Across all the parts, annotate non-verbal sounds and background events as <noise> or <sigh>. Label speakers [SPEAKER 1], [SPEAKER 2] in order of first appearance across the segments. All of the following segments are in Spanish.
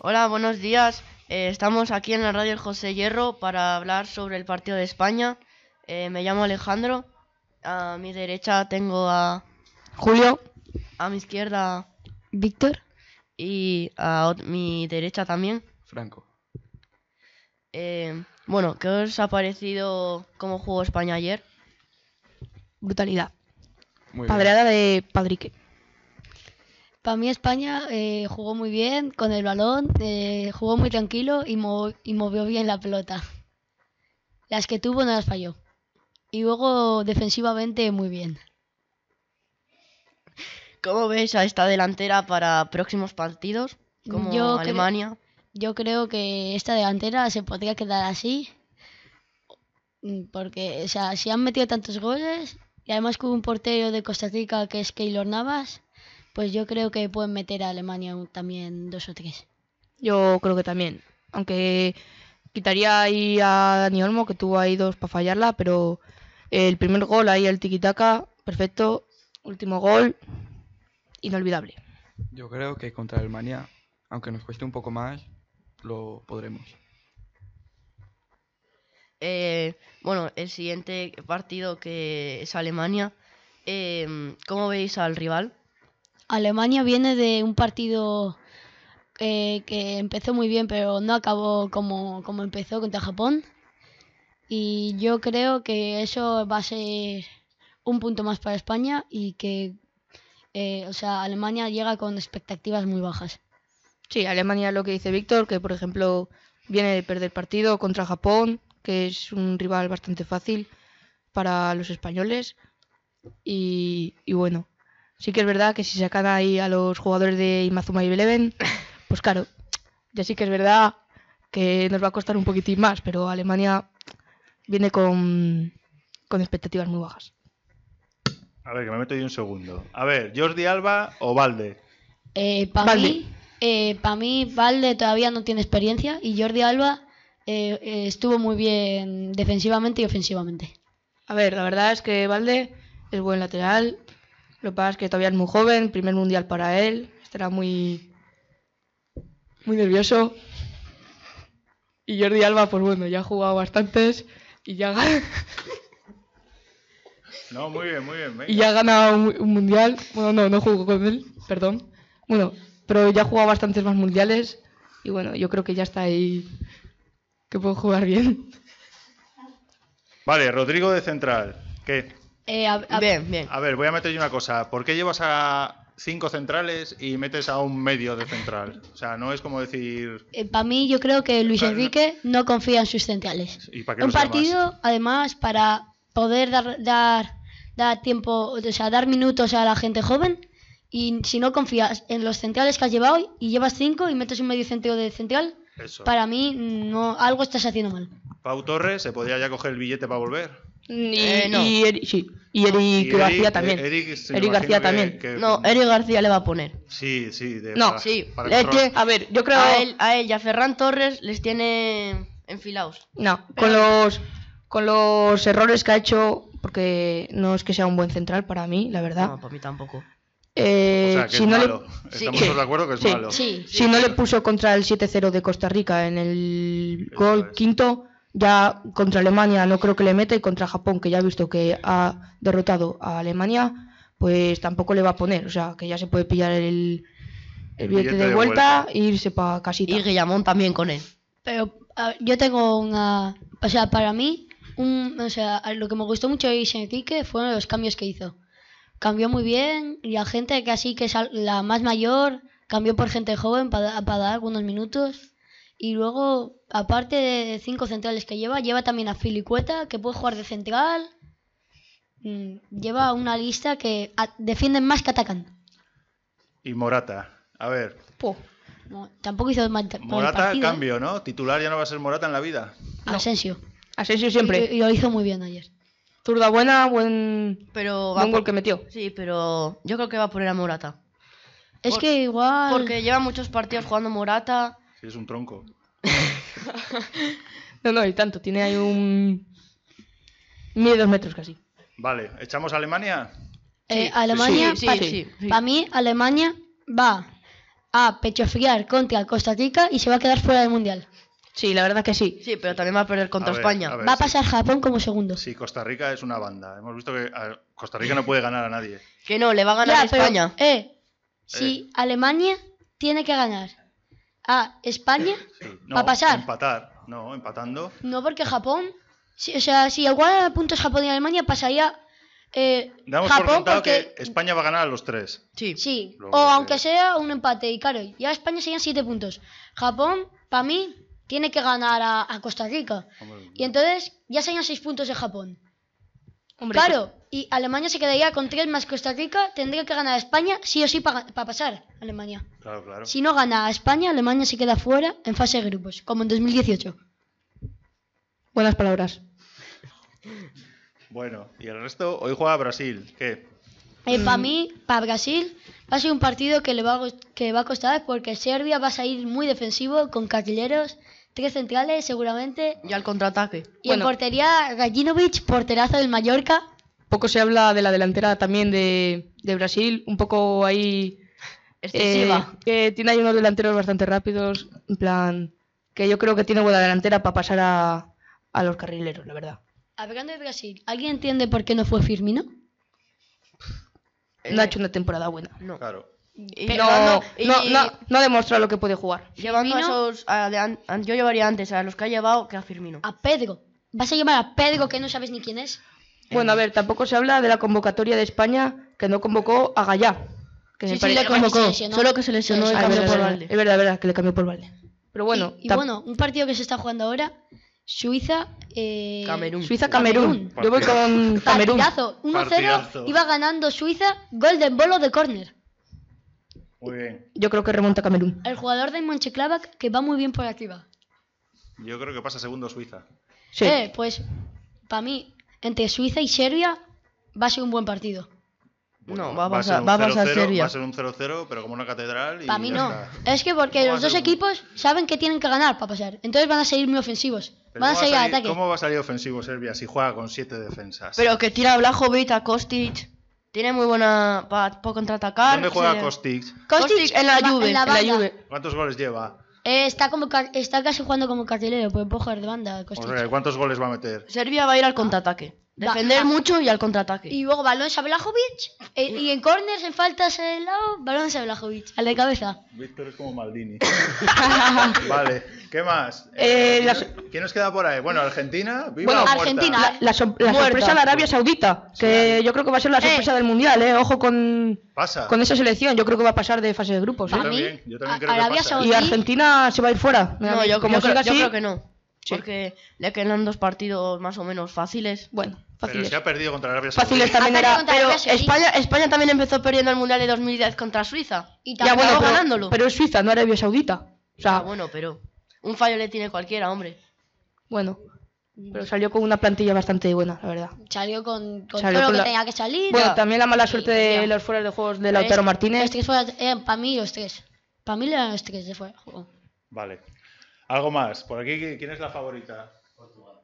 [SPEAKER 1] Hola, buenos días. Eh, estamos aquí en la radio El José Hierro para hablar sobre el partido de España. Eh, me llamo Alejandro. A mi derecha tengo a
[SPEAKER 2] Julio,
[SPEAKER 1] a mi izquierda
[SPEAKER 2] Víctor,
[SPEAKER 1] y a ot- mi derecha también.
[SPEAKER 3] Franco.
[SPEAKER 1] Eh, bueno, ¿qué os ha parecido cómo jugó España ayer?
[SPEAKER 2] brutalidad.
[SPEAKER 3] Muy
[SPEAKER 2] Padreada de Padrique.
[SPEAKER 4] Para mí España eh, jugó muy bien con el balón, eh, jugó muy tranquilo y, mo- y movió bien la pelota. Las que tuvo no las falló. Y luego defensivamente muy bien.
[SPEAKER 1] ¿Cómo veis a esta delantera para próximos partidos? Como
[SPEAKER 4] Yo creo-
[SPEAKER 1] Alemania.
[SPEAKER 4] Yo creo que esta delantera se podría quedar así. mm, Porque, o sea, si han metido tantos goles y además con un portero de Costa Rica que es Keylor Navas, pues yo creo que pueden meter a Alemania un- también dos o tres.
[SPEAKER 2] Yo creo que también. Aunque quitaría ahí a Dani Olmo, que tuvo ahí dos para fallarla, pero el primer gol ahí, el tiquitaca, perfecto. Último gol, inolvidable.
[SPEAKER 3] Yo creo que contra Alemania, aunque nos cueste un poco más, lo podremos.
[SPEAKER 1] Eh, bueno, el siguiente partido que es Alemania. Eh, ¿Cómo veis al rival?
[SPEAKER 4] Alemania viene de un partido eh, que empezó muy bien, pero no acabó como, como empezó contra Japón. Y yo creo que eso va a ser un punto más para España y que, eh, o sea, Alemania llega con expectativas muy bajas.
[SPEAKER 2] Sí, Alemania lo que dice Víctor, que por ejemplo viene de perder partido contra Japón, que es un rival bastante fácil para los españoles. Y, y bueno, sí que es verdad que si sacan ahí a los jugadores de Imazuma y Beleven, pues claro, ya sí que es verdad que nos va a costar un poquitín más, pero Alemania viene con, con expectativas muy bajas.
[SPEAKER 5] A ver, que me meto yo un segundo. A ver, Jordi Alba o Valde.
[SPEAKER 4] para
[SPEAKER 2] Valde.
[SPEAKER 4] mí, eh, pa' mí, Valde todavía no tiene experiencia y Jordi Alba eh, eh, estuvo muy bien defensivamente y ofensivamente.
[SPEAKER 2] A ver, la verdad es que Valde es buen lateral. Lo que pasa es que todavía es muy joven, primer mundial para él. Estará muy. muy nervioso. Y Jordi Alba, pues bueno, ya ha jugado bastantes y ya, ga- <laughs>
[SPEAKER 5] No, muy bien, muy bien. venga.
[SPEAKER 2] y ya ha ganado un, un mundial. Bueno, no, no jugó con él, perdón. Bueno, pero ya ha jugado bastantes más mundiales. Y bueno, yo creo que ya está ahí. que puedo jugar bien.
[SPEAKER 5] Vale, Rodrigo de Central. ¿Qué?
[SPEAKER 4] Eh, a- a-
[SPEAKER 1] Bien, bien.
[SPEAKER 5] A ver, voy a meter yo una cosa. ¿Por qué llevas a cinco centrales y metes a un medio de central? O sea, no es como decir.
[SPEAKER 4] para Eh, mí, yo creo que Luis
[SPEAKER 5] Claro, no-
[SPEAKER 4] Enrique no confía en sus centrales.
[SPEAKER 5] ¿Y para qué
[SPEAKER 4] Un
[SPEAKER 5] los llamas?
[SPEAKER 4] partido, además, para poder dar, dar, dar tiempo, o sea, dar minutos a la gente joven. Y si no confías en los centrales que has llevado y llevas cinco y metes un medio centro de central,
[SPEAKER 5] Eso.
[SPEAKER 4] para mí no, algo estás haciendo mal.
[SPEAKER 5] Pau Torres se podría ya coger el billete para volver.
[SPEAKER 2] Mm, Y,
[SPEAKER 1] Eh, no.
[SPEAKER 2] y Eri- sí, y Eric
[SPEAKER 5] Eric-
[SPEAKER 2] García también.
[SPEAKER 5] Eric, se me
[SPEAKER 2] Eric
[SPEAKER 5] imagino
[SPEAKER 2] García
[SPEAKER 5] que-
[SPEAKER 2] también.
[SPEAKER 5] que-
[SPEAKER 1] No, Eric García le va a poner.
[SPEAKER 5] Sí, sí. de-
[SPEAKER 2] No,
[SPEAKER 5] para-
[SPEAKER 1] sí,
[SPEAKER 5] para
[SPEAKER 1] le
[SPEAKER 5] controlar-
[SPEAKER 1] tie-
[SPEAKER 2] A ver, yo creo.
[SPEAKER 1] A él, a él y a Ferran Torres les tiene enfilados.
[SPEAKER 2] No, con los, con los errores que ha hecho, porque no es que sea un buen central para mí, la verdad.
[SPEAKER 1] No, para mí tampoco.
[SPEAKER 2] Eh,
[SPEAKER 5] O sea, que
[SPEAKER 2] si
[SPEAKER 5] es
[SPEAKER 2] no le-
[SPEAKER 5] malo.
[SPEAKER 1] Sí.
[SPEAKER 5] Estamos todos de acuerdo que es
[SPEAKER 2] Sí.
[SPEAKER 5] malo.
[SPEAKER 4] Sí,
[SPEAKER 2] si no le puso contra el 7-0 de Costa Rica en el
[SPEAKER 5] Eso
[SPEAKER 2] gol
[SPEAKER 5] es.
[SPEAKER 2] quinto, ya contra Alemania no creo que le meta y contra Japón, que ya ha visto que ha derrotado a Alemania, pues tampoco le va a poner. O sea, que ya se puede pillar el, el billete, de, vuelta e irse para casita.
[SPEAKER 1] Y Guillamón también con él.
[SPEAKER 4] Pero a- yo tengo una. O sea, para mí, un, o sea, a- lo que me gustó mucho de Luis Enrique fueron los cambios que hizo. Cambió muy bien y la gente que así que es al- la más mayor cambió por gente joven para, para dar algunos minutos. Y luego, aparte de cinco centrales que lleva, lleva también a Filicueta, que puede jugar de central. Mm, Lleva una lista que a- defienden más que atacan.
[SPEAKER 5] Y Morata. A ver,
[SPEAKER 2] Po.
[SPEAKER 4] No, tampoco hizo mal, mal
[SPEAKER 5] Morata,
[SPEAKER 4] partido, ¿eh?
[SPEAKER 5] cambio, ¿no? Titular ya no va a ser Morata en la vida.
[SPEAKER 4] Asensio.
[SPEAKER 2] Asensio siempre.
[SPEAKER 4] Y- y lo hizo muy bien ayer.
[SPEAKER 2] Zurda buena, buen,
[SPEAKER 1] Pero va
[SPEAKER 2] buen
[SPEAKER 1] por-
[SPEAKER 2] gol que metió.
[SPEAKER 1] Sí, pero yo creo que va a poner a Morata.
[SPEAKER 4] Es
[SPEAKER 1] Por-
[SPEAKER 4] que igual. eh,
[SPEAKER 1] Porque lleva muchos partidos jugando Morata.
[SPEAKER 5] Si es un tronco.
[SPEAKER 2] No, no, y tanto. Tiene ahí un. Mide dos metros casi.
[SPEAKER 5] Vale, ¿echamos a Alemania?
[SPEAKER 4] Eh,
[SPEAKER 1] Sí,
[SPEAKER 4] Alemania,
[SPEAKER 1] sí,
[SPEAKER 4] para
[SPEAKER 1] sí, sí, sí.
[SPEAKER 4] mí, Alemania va a pechofriar contra Costa Rica y se va a quedar fuera del mundial.
[SPEAKER 2] Sí, la verdad que sí.
[SPEAKER 1] Sí, pero también va a perder contra
[SPEAKER 5] A ver,
[SPEAKER 1] España.
[SPEAKER 5] a ver.
[SPEAKER 4] Va a
[SPEAKER 5] Pues sí.
[SPEAKER 4] pasar Japón como segundo.
[SPEAKER 5] Sí, Costa Rica es una banda. Hemos visto que a Costa Rica no puede ganar a nadie.
[SPEAKER 1] Que no, le va a ganar
[SPEAKER 4] Ya, pero,
[SPEAKER 1] España.
[SPEAKER 4] eh, si Alemania tiene que ganar a España,
[SPEAKER 5] Sí, no,
[SPEAKER 4] Va a pasar.
[SPEAKER 5] Empatar. No, empatando.
[SPEAKER 4] no porque Japón, si- o sea, si igual a puntos Japón y Alemania pasaría eh,
[SPEAKER 5] Damos por
[SPEAKER 4] Japón
[SPEAKER 5] sentado
[SPEAKER 4] porque
[SPEAKER 5] que España va a ganar a los tres.
[SPEAKER 1] Sí.
[SPEAKER 4] sí,
[SPEAKER 5] Luego
[SPEAKER 4] o
[SPEAKER 5] de-
[SPEAKER 4] aunque sea un empate y claro, ya España serían siete puntos. Japón, para mí, tiene que ganar a, a Costa Rica
[SPEAKER 5] Hombre,
[SPEAKER 4] y entonces ya serían seis puntos de Japón.
[SPEAKER 2] Hombre,
[SPEAKER 4] claro, y Alemania se quedaría con tres más Costa Rica, tendría que ganar a España sí o sí para pasar Alemania.
[SPEAKER 5] Claro, claro.
[SPEAKER 4] Si no gana a España, Alemania se queda fuera en fase de grupos, como en 2018.
[SPEAKER 2] Buenas palabras.
[SPEAKER 5] Bueno, y el resto, hoy juega Brasil. ¿Qué?
[SPEAKER 4] Para Eh, mí, para Brasil, va a ser un partido que le va a, gust- que va a costar porque Serbia va a salir muy defensivo con carrileros, tres centrales seguramente.
[SPEAKER 1] Y al contraataque.
[SPEAKER 4] Y
[SPEAKER 2] Bueno.
[SPEAKER 4] en portería, Rajinovic, porterazo del Mallorca.
[SPEAKER 2] Poco se habla de la delantera también de, de Brasil, un poco ahí...
[SPEAKER 1] Este
[SPEAKER 2] eh,
[SPEAKER 1] Excesiva.
[SPEAKER 2] que tiene ahí unos delanteros bastante rápidos, en plan... Que yo creo que tiene buena delantera para pasar a, a los carrileros, la verdad.
[SPEAKER 4] Hablando de Brasil, ¿alguien entiende por qué no fue Firmino?
[SPEAKER 1] Eh,
[SPEAKER 2] No ha hecho una temporada buena.
[SPEAKER 1] No.
[SPEAKER 5] Claro.
[SPEAKER 1] Y
[SPEAKER 2] no,
[SPEAKER 1] llevando- y-
[SPEAKER 2] no, no, no ha demostrado lo que puede jugar.
[SPEAKER 1] Llevando a
[SPEAKER 4] Firmino.
[SPEAKER 1] esos. a- de an- an- yo llevaría antes a los que ha llevado que a Firmino.
[SPEAKER 4] A Pedro. ¿Vas a llamar a Pedro que no sabes ni quién es?
[SPEAKER 2] Bueno, a ver, tampoco se habla de la convocatoria de España que no convocó a Gallá. Que
[SPEAKER 4] Sí,
[SPEAKER 2] me
[SPEAKER 4] sí,
[SPEAKER 2] parece-
[SPEAKER 4] le convocó.
[SPEAKER 1] Se lesionó. Solo que se lesionó
[SPEAKER 4] Sí,
[SPEAKER 1] y
[SPEAKER 2] Ah, es
[SPEAKER 1] cambió
[SPEAKER 2] verdad,
[SPEAKER 1] por
[SPEAKER 2] es verdad,
[SPEAKER 1] Valde.
[SPEAKER 2] Es verdad, es verdad, que le cambió por Valde. Pero bueno,
[SPEAKER 4] y, y
[SPEAKER 2] tam-
[SPEAKER 4] bueno, un partido que se está jugando ahora, Suiza... eh,
[SPEAKER 1] Camerún.
[SPEAKER 2] Suiza-Camerún. Yo voy con Camerún.
[SPEAKER 4] Partidazo, 1-0,
[SPEAKER 5] Partidazo.
[SPEAKER 4] iba ganando Suiza, gol de bolo de córner.
[SPEAKER 5] Muy bien.
[SPEAKER 2] Yo creo que remonta Camerún.
[SPEAKER 4] El jugador de Moncheclavac que va muy bien por arriba.
[SPEAKER 5] Yo creo que pasa segundo Suiza.
[SPEAKER 2] Sí.
[SPEAKER 4] Eh, pues para mí, entre Suiza y Serbia va a ser un buen partido.
[SPEAKER 1] No, va a pasar-
[SPEAKER 5] un
[SPEAKER 1] va a pasar
[SPEAKER 5] 0-0,
[SPEAKER 1] Serbia.
[SPEAKER 5] Va a ser un 0-0, pero como una catedral. y
[SPEAKER 4] Para mí
[SPEAKER 5] ya
[SPEAKER 4] no. Eh,
[SPEAKER 5] está.
[SPEAKER 4] Es que porque
[SPEAKER 5] No va
[SPEAKER 4] los
[SPEAKER 5] a
[SPEAKER 4] dos
[SPEAKER 5] ser un-
[SPEAKER 4] equipos saben que tienen que ganar para pasar. Entonces van a seguir muy ofensivos.
[SPEAKER 5] Pero
[SPEAKER 4] van a
[SPEAKER 5] ¿cómo va
[SPEAKER 4] seguir al
[SPEAKER 5] salir-
[SPEAKER 4] ataque.
[SPEAKER 5] ¿Cómo va a salir ofensivo Serbia si juega con siete defensas?
[SPEAKER 1] Pero que tira a Blajovic, a Kostic. Tiene muy buena. para contraatacar.
[SPEAKER 5] ¿Dónde
[SPEAKER 1] se
[SPEAKER 5] juega
[SPEAKER 1] le-
[SPEAKER 5] Kostic?
[SPEAKER 4] Kostic
[SPEAKER 1] Kostic en la
[SPEAKER 4] ba-
[SPEAKER 1] Juve,
[SPEAKER 2] En la
[SPEAKER 4] banda.
[SPEAKER 2] Juve.
[SPEAKER 5] ¿Cuántos goles lleva?
[SPEAKER 4] Eh, está, como ca- está casi jugando como carrilero, pero puede jugar de banda.
[SPEAKER 5] O
[SPEAKER 4] Kostic.
[SPEAKER 5] sea, ¿cuántos goles va a meter?
[SPEAKER 1] Serbia va a ir al contraataque.
[SPEAKER 4] Va-
[SPEAKER 1] Defender
[SPEAKER 4] ah.
[SPEAKER 1] mucho y al contraataque.
[SPEAKER 4] Y luego balón a Blajovic. eh, y en corners, en faltas del lado, balón a Blajovic. Al de cabeza.
[SPEAKER 5] Víctor es
[SPEAKER 2] <laughs>
[SPEAKER 5] como Maldini. vale, ¿qué más?
[SPEAKER 2] Eh,
[SPEAKER 5] ¿quién,
[SPEAKER 2] la-
[SPEAKER 5] nos, quién nos queda por ahí? Bueno, Argentina, viva
[SPEAKER 2] Bueno,
[SPEAKER 5] o muerta.
[SPEAKER 4] Argentina.
[SPEAKER 2] La, la sor- la
[SPEAKER 1] Muerta.
[SPEAKER 2] sorpresa de Arabia Saudita, que yo creo que va a ser la sorpresa del Mundial, ¿eh? Ojo con,
[SPEAKER 5] Pasa.
[SPEAKER 2] con esa selección, yo creo que va a pasar de fase de grupos. ¿eh?
[SPEAKER 5] Yo
[SPEAKER 4] Pa' mí,
[SPEAKER 5] también, yo también
[SPEAKER 4] a-
[SPEAKER 5] creo que
[SPEAKER 4] Arabia
[SPEAKER 5] pasa.
[SPEAKER 4] Saudí-
[SPEAKER 2] Y Argentina se va a ir fuera. Mira,
[SPEAKER 1] No, yo,
[SPEAKER 2] como
[SPEAKER 1] yo creo,
[SPEAKER 2] siga
[SPEAKER 1] yo
[SPEAKER 2] así,
[SPEAKER 1] creo que no.
[SPEAKER 2] Sí.
[SPEAKER 1] Porque le quedan dos partidos más o menos fáciles.
[SPEAKER 2] Bueno,
[SPEAKER 5] Pero
[SPEAKER 2] fáciles.
[SPEAKER 5] se ha perdido contra Arabia Saudí.
[SPEAKER 2] Fáciles también
[SPEAKER 4] Ha perdido
[SPEAKER 2] era...
[SPEAKER 4] contra Arabia Saudí.
[SPEAKER 1] España, España también empezó perdiendo el Mundial de 2010 contra Suiza.
[SPEAKER 4] Y
[SPEAKER 2] Ya, bueno,
[SPEAKER 1] Acabó
[SPEAKER 2] pero-
[SPEAKER 1] ganándolo.
[SPEAKER 2] pero es Suiza, no Arabia Saudita. O sea,
[SPEAKER 1] Ah, bueno, pero un fallo le tiene cualquiera, hombre.
[SPEAKER 2] Bueno,
[SPEAKER 1] Mm.
[SPEAKER 2] pero salió con una plantilla bastante buena, la verdad.
[SPEAKER 4] Salió con, con
[SPEAKER 2] Salió
[SPEAKER 4] todo
[SPEAKER 2] con
[SPEAKER 4] lo que
[SPEAKER 2] la-
[SPEAKER 4] tenía que salir.
[SPEAKER 2] Bueno, también la mala
[SPEAKER 4] Sí,
[SPEAKER 2] suerte de
[SPEAKER 4] ya.
[SPEAKER 2] los fuera de juegos de Lautaro Martínez.
[SPEAKER 4] Los tres fuera- eran para eh, mí los tres. Para mí eran los tres de fuera de juego.
[SPEAKER 5] Vale. Algo más. Por aquí, ¿qui- ¿quién es la favorita? Portugal.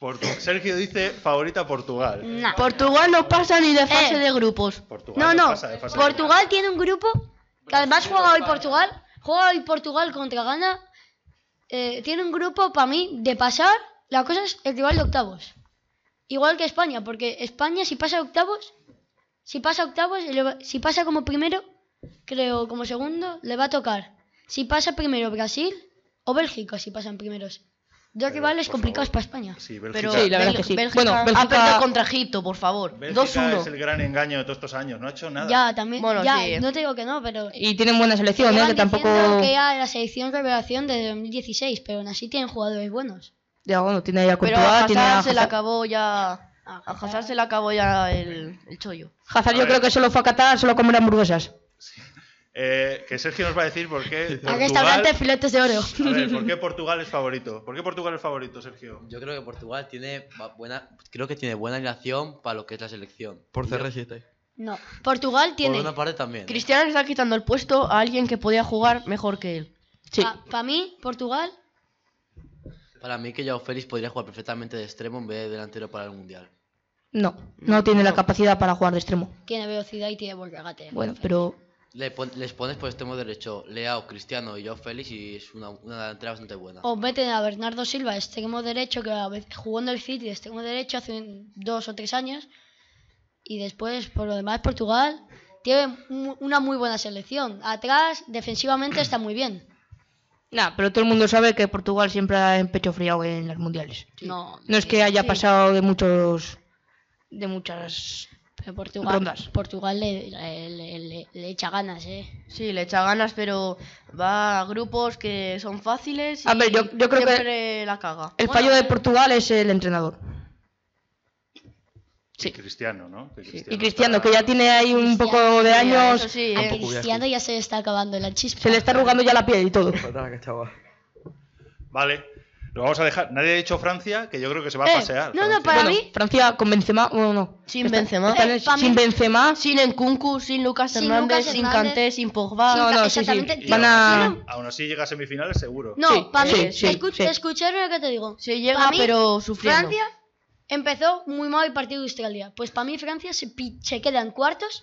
[SPEAKER 2] <laughs>
[SPEAKER 5] Sergio dice favorita
[SPEAKER 2] Mm.
[SPEAKER 5] Portugal.
[SPEAKER 4] Nah.
[SPEAKER 1] Portugal no pasa ni de fase
[SPEAKER 4] Eh.
[SPEAKER 1] de grupos.
[SPEAKER 5] Portugal
[SPEAKER 4] No, no.
[SPEAKER 5] pasa de fase de
[SPEAKER 4] Portugal tiene un grupo que además juega hoy Portugal. Juega hoy Portugal contra Ghana. Eh, tiene un grupo para mí de pasar. La cosa es el rival de octavos. Igual que España, porque España si pasa a octavos, si pasa a octavos, le va- si pasa como primero, creo como segundo, le va a tocar. Si pasa primero Brasil o Bélgica, si pasan primeros. Dos
[SPEAKER 5] Pero,
[SPEAKER 4] rivales
[SPEAKER 5] por
[SPEAKER 4] complicados
[SPEAKER 5] favor.
[SPEAKER 4] para España.
[SPEAKER 5] Sí, Bélgica.
[SPEAKER 1] Pero
[SPEAKER 2] Sí, la verdad
[SPEAKER 1] Bel-
[SPEAKER 2] que sí.
[SPEAKER 1] Bélgica
[SPEAKER 2] Bueno,
[SPEAKER 1] ha
[SPEAKER 2] Bélgica-
[SPEAKER 1] perdido contra Egipto, por favor.
[SPEAKER 5] Bélgica
[SPEAKER 1] 2-1.
[SPEAKER 5] es el gran engaño de todos estos años. No ha hecho nada.
[SPEAKER 4] Ya, también.
[SPEAKER 1] Bueno,
[SPEAKER 4] ya,
[SPEAKER 1] sí.
[SPEAKER 4] no te digo que no, pero.
[SPEAKER 2] Y tienen buena selección, ¿eh?
[SPEAKER 4] Llevan
[SPEAKER 2] Que tampoco...
[SPEAKER 4] diciendo que era la selección revelación de 2016, pero aún así tienen jugadores buenos.
[SPEAKER 2] Ya, bueno, tiene ahí a
[SPEAKER 1] Pero
[SPEAKER 2] Courtois,
[SPEAKER 1] a
[SPEAKER 2] tiene a
[SPEAKER 1] Hazard se le
[SPEAKER 2] Hazard.
[SPEAKER 1] acabó ya.
[SPEAKER 4] Ah,
[SPEAKER 1] A Hazard se le acabó ya el, el chollo.
[SPEAKER 2] Hazard
[SPEAKER 5] A
[SPEAKER 2] yo
[SPEAKER 5] ver.
[SPEAKER 2] creo que solo fue a Qatar, solo a comer hamburguesas.
[SPEAKER 5] Eh, que Sergio nos va a decir por qué
[SPEAKER 4] Al
[SPEAKER 5] Portugal...
[SPEAKER 4] restaurante Filetes de Oro.
[SPEAKER 5] A ver, <laughs> ¿por qué Portugal es favorito? ¿Por qué Portugal es favorito, Sergio?
[SPEAKER 6] Yo creo que Portugal tiene ba- buena, creo que tiene buena relación para lo que es la selección.
[SPEAKER 3] Por
[SPEAKER 6] Y yo-
[SPEAKER 3] CR7.
[SPEAKER 4] No, Portugal
[SPEAKER 6] Por
[SPEAKER 4] tiene.
[SPEAKER 6] una parte también. ¿eh?
[SPEAKER 1] Cristiano le está quitando el puesto a alguien que podía jugar mejor que él.
[SPEAKER 2] Sí.
[SPEAKER 1] Ah.
[SPEAKER 4] Para mí, Portugal.
[SPEAKER 6] Para mí que Joao Félix podría jugar perfectamente de extremo en vez de delantero para el mundial.
[SPEAKER 2] No, no tiene la capacidad para jugar de extremo.
[SPEAKER 4] Tiene velocidad y tiene volregate.
[SPEAKER 2] Bueno, pero
[SPEAKER 6] Le pon- les pones por extremo derecho Leao, Cristiano y Joao Félix y es una, una delantera bastante buena.
[SPEAKER 4] O meten a Bernardo Silva, extremo derecho, que a veces jugó en el City, extremo derecho hace un- dos o tres años. Y después, por lo demás, Portugal tiene mu- una muy buena selección. Atrás, defensivamente, está muy bien.
[SPEAKER 2] Nah, pero todo el mundo sabe que Portugal siempre ha en pecho friado en los mundiales.
[SPEAKER 4] No,
[SPEAKER 2] No es que haya
[SPEAKER 4] sí,
[SPEAKER 2] pasado de muchos de muchas
[SPEAKER 4] pero Portugal,
[SPEAKER 2] rondas.
[SPEAKER 4] Portugal le, le- le- le- le echa ganas, ¿eh?
[SPEAKER 1] Sí, le echa ganas, pero va a grupos que son fáciles. Y
[SPEAKER 2] A ver, yo- yo creo que-
[SPEAKER 1] siempre la caga.
[SPEAKER 2] El
[SPEAKER 1] Bueno,
[SPEAKER 2] fallo de Portugal es el entrenador. Sí.
[SPEAKER 5] Y Cristiano, ¿no? Que
[SPEAKER 2] Y Cristiano,
[SPEAKER 5] está-
[SPEAKER 2] que ya tiene ahí un poco de
[SPEAKER 1] sí, ya,
[SPEAKER 2] años,
[SPEAKER 1] eso sí,
[SPEAKER 4] A
[SPEAKER 1] eh.
[SPEAKER 5] poco voy a
[SPEAKER 4] Cristiano ya se le está acabando la chispa.
[SPEAKER 2] se le está arrugando ya la piel y todo.
[SPEAKER 3] Fatal, que chaval.
[SPEAKER 5] Vale, lo vamos a dejar. Nadie ha dicho Francia, que yo creo que se va a
[SPEAKER 4] Eh,
[SPEAKER 5] pasear.
[SPEAKER 4] no, no,
[SPEAKER 5] Francia.
[SPEAKER 4] para
[SPEAKER 2] Bueno,
[SPEAKER 4] mí-
[SPEAKER 2] Francia con Benzema, bueno, no.
[SPEAKER 1] Sin
[SPEAKER 2] Está-
[SPEAKER 1] Benzema.
[SPEAKER 2] están en-
[SPEAKER 4] Eh, pa' mí-
[SPEAKER 2] sin Benzema,
[SPEAKER 1] Sin Nkunku, sin Lucas
[SPEAKER 4] Sin
[SPEAKER 1] Hernández,
[SPEAKER 4] Lucas
[SPEAKER 1] sin
[SPEAKER 4] Hernández.
[SPEAKER 1] Kanté, sin
[SPEAKER 4] Sí,
[SPEAKER 1] Pogba.
[SPEAKER 2] No, no, sí, sí.
[SPEAKER 4] exactamente.
[SPEAKER 5] Y
[SPEAKER 2] Van
[SPEAKER 5] aún
[SPEAKER 2] a-
[SPEAKER 5] así- Aún así llega a semifinales seguro.
[SPEAKER 4] No,
[SPEAKER 2] Sí,
[SPEAKER 4] para mí,
[SPEAKER 1] sí,
[SPEAKER 2] sí,
[SPEAKER 4] escu-
[SPEAKER 2] sí.
[SPEAKER 4] escuchadme lo que te digo.
[SPEAKER 1] Se llega,
[SPEAKER 4] Pa' mí,
[SPEAKER 1] pero sufriendo.
[SPEAKER 4] Francia empezó muy mal el partido de Australia. Pues para mí Francia se, pi- se queda en cuartos.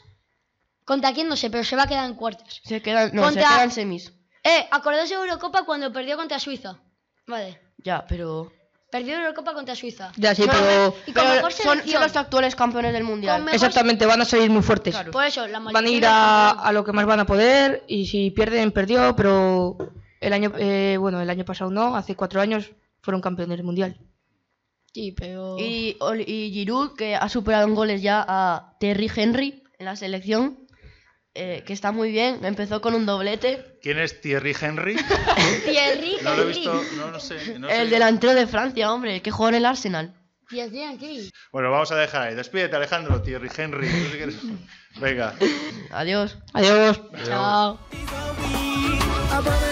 [SPEAKER 4] ¿Contra quién? No sé, pero se va a quedar en cuartos.
[SPEAKER 1] Se quedan, no,
[SPEAKER 4] Contra-
[SPEAKER 1] se quedan semis.
[SPEAKER 4] Eh, acordaos de Eurocopa cuando perdió contra Suiza. Vale.
[SPEAKER 1] Ya, pero.
[SPEAKER 4] Perdió Eurocopa contra Suiza.
[SPEAKER 2] ya sí,
[SPEAKER 1] No,
[SPEAKER 2] pero
[SPEAKER 4] Y con
[SPEAKER 1] pero
[SPEAKER 4] mejor
[SPEAKER 1] son,
[SPEAKER 4] selección.
[SPEAKER 1] son los actuales campeones del mundial.
[SPEAKER 4] Con mejor-
[SPEAKER 2] exactamente, van a salir muy fuertes.
[SPEAKER 1] Claro.
[SPEAKER 4] Por eso, la
[SPEAKER 2] Van a
[SPEAKER 4] mayoría
[SPEAKER 2] ir
[SPEAKER 4] de
[SPEAKER 2] a,
[SPEAKER 4] campeones-
[SPEAKER 2] a lo que más van a poder y si pierden, perdió, pero el año, eh, bueno, el año pasado no, hace cuatro años fueron campeones del mundial.
[SPEAKER 4] Sí, pero...
[SPEAKER 1] Y, Ol- y Giroud, que ha superado en goles ya a Terry Henry en la selección, eh, que está muy bien, empezó con un doblete.
[SPEAKER 5] ¿Quién es Thierry Henry?
[SPEAKER 4] Thierry
[SPEAKER 5] No lo he
[SPEAKER 4] Henry.
[SPEAKER 5] visto, no, no sé. no
[SPEAKER 1] el
[SPEAKER 5] sé.
[SPEAKER 1] delantero de Francia, hombre, el que juega en el Arsenal.
[SPEAKER 4] Thierry Henry.
[SPEAKER 5] Bueno, vamos a dejar ahí. Despídete, Alejandro, Thierry Henry. No sé qué eres. Venga.
[SPEAKER 1] Adiós.
[SPEAKER 2] Adiós.
[SPEAKER 4] Chao.
[SPEAKER 7] I wanna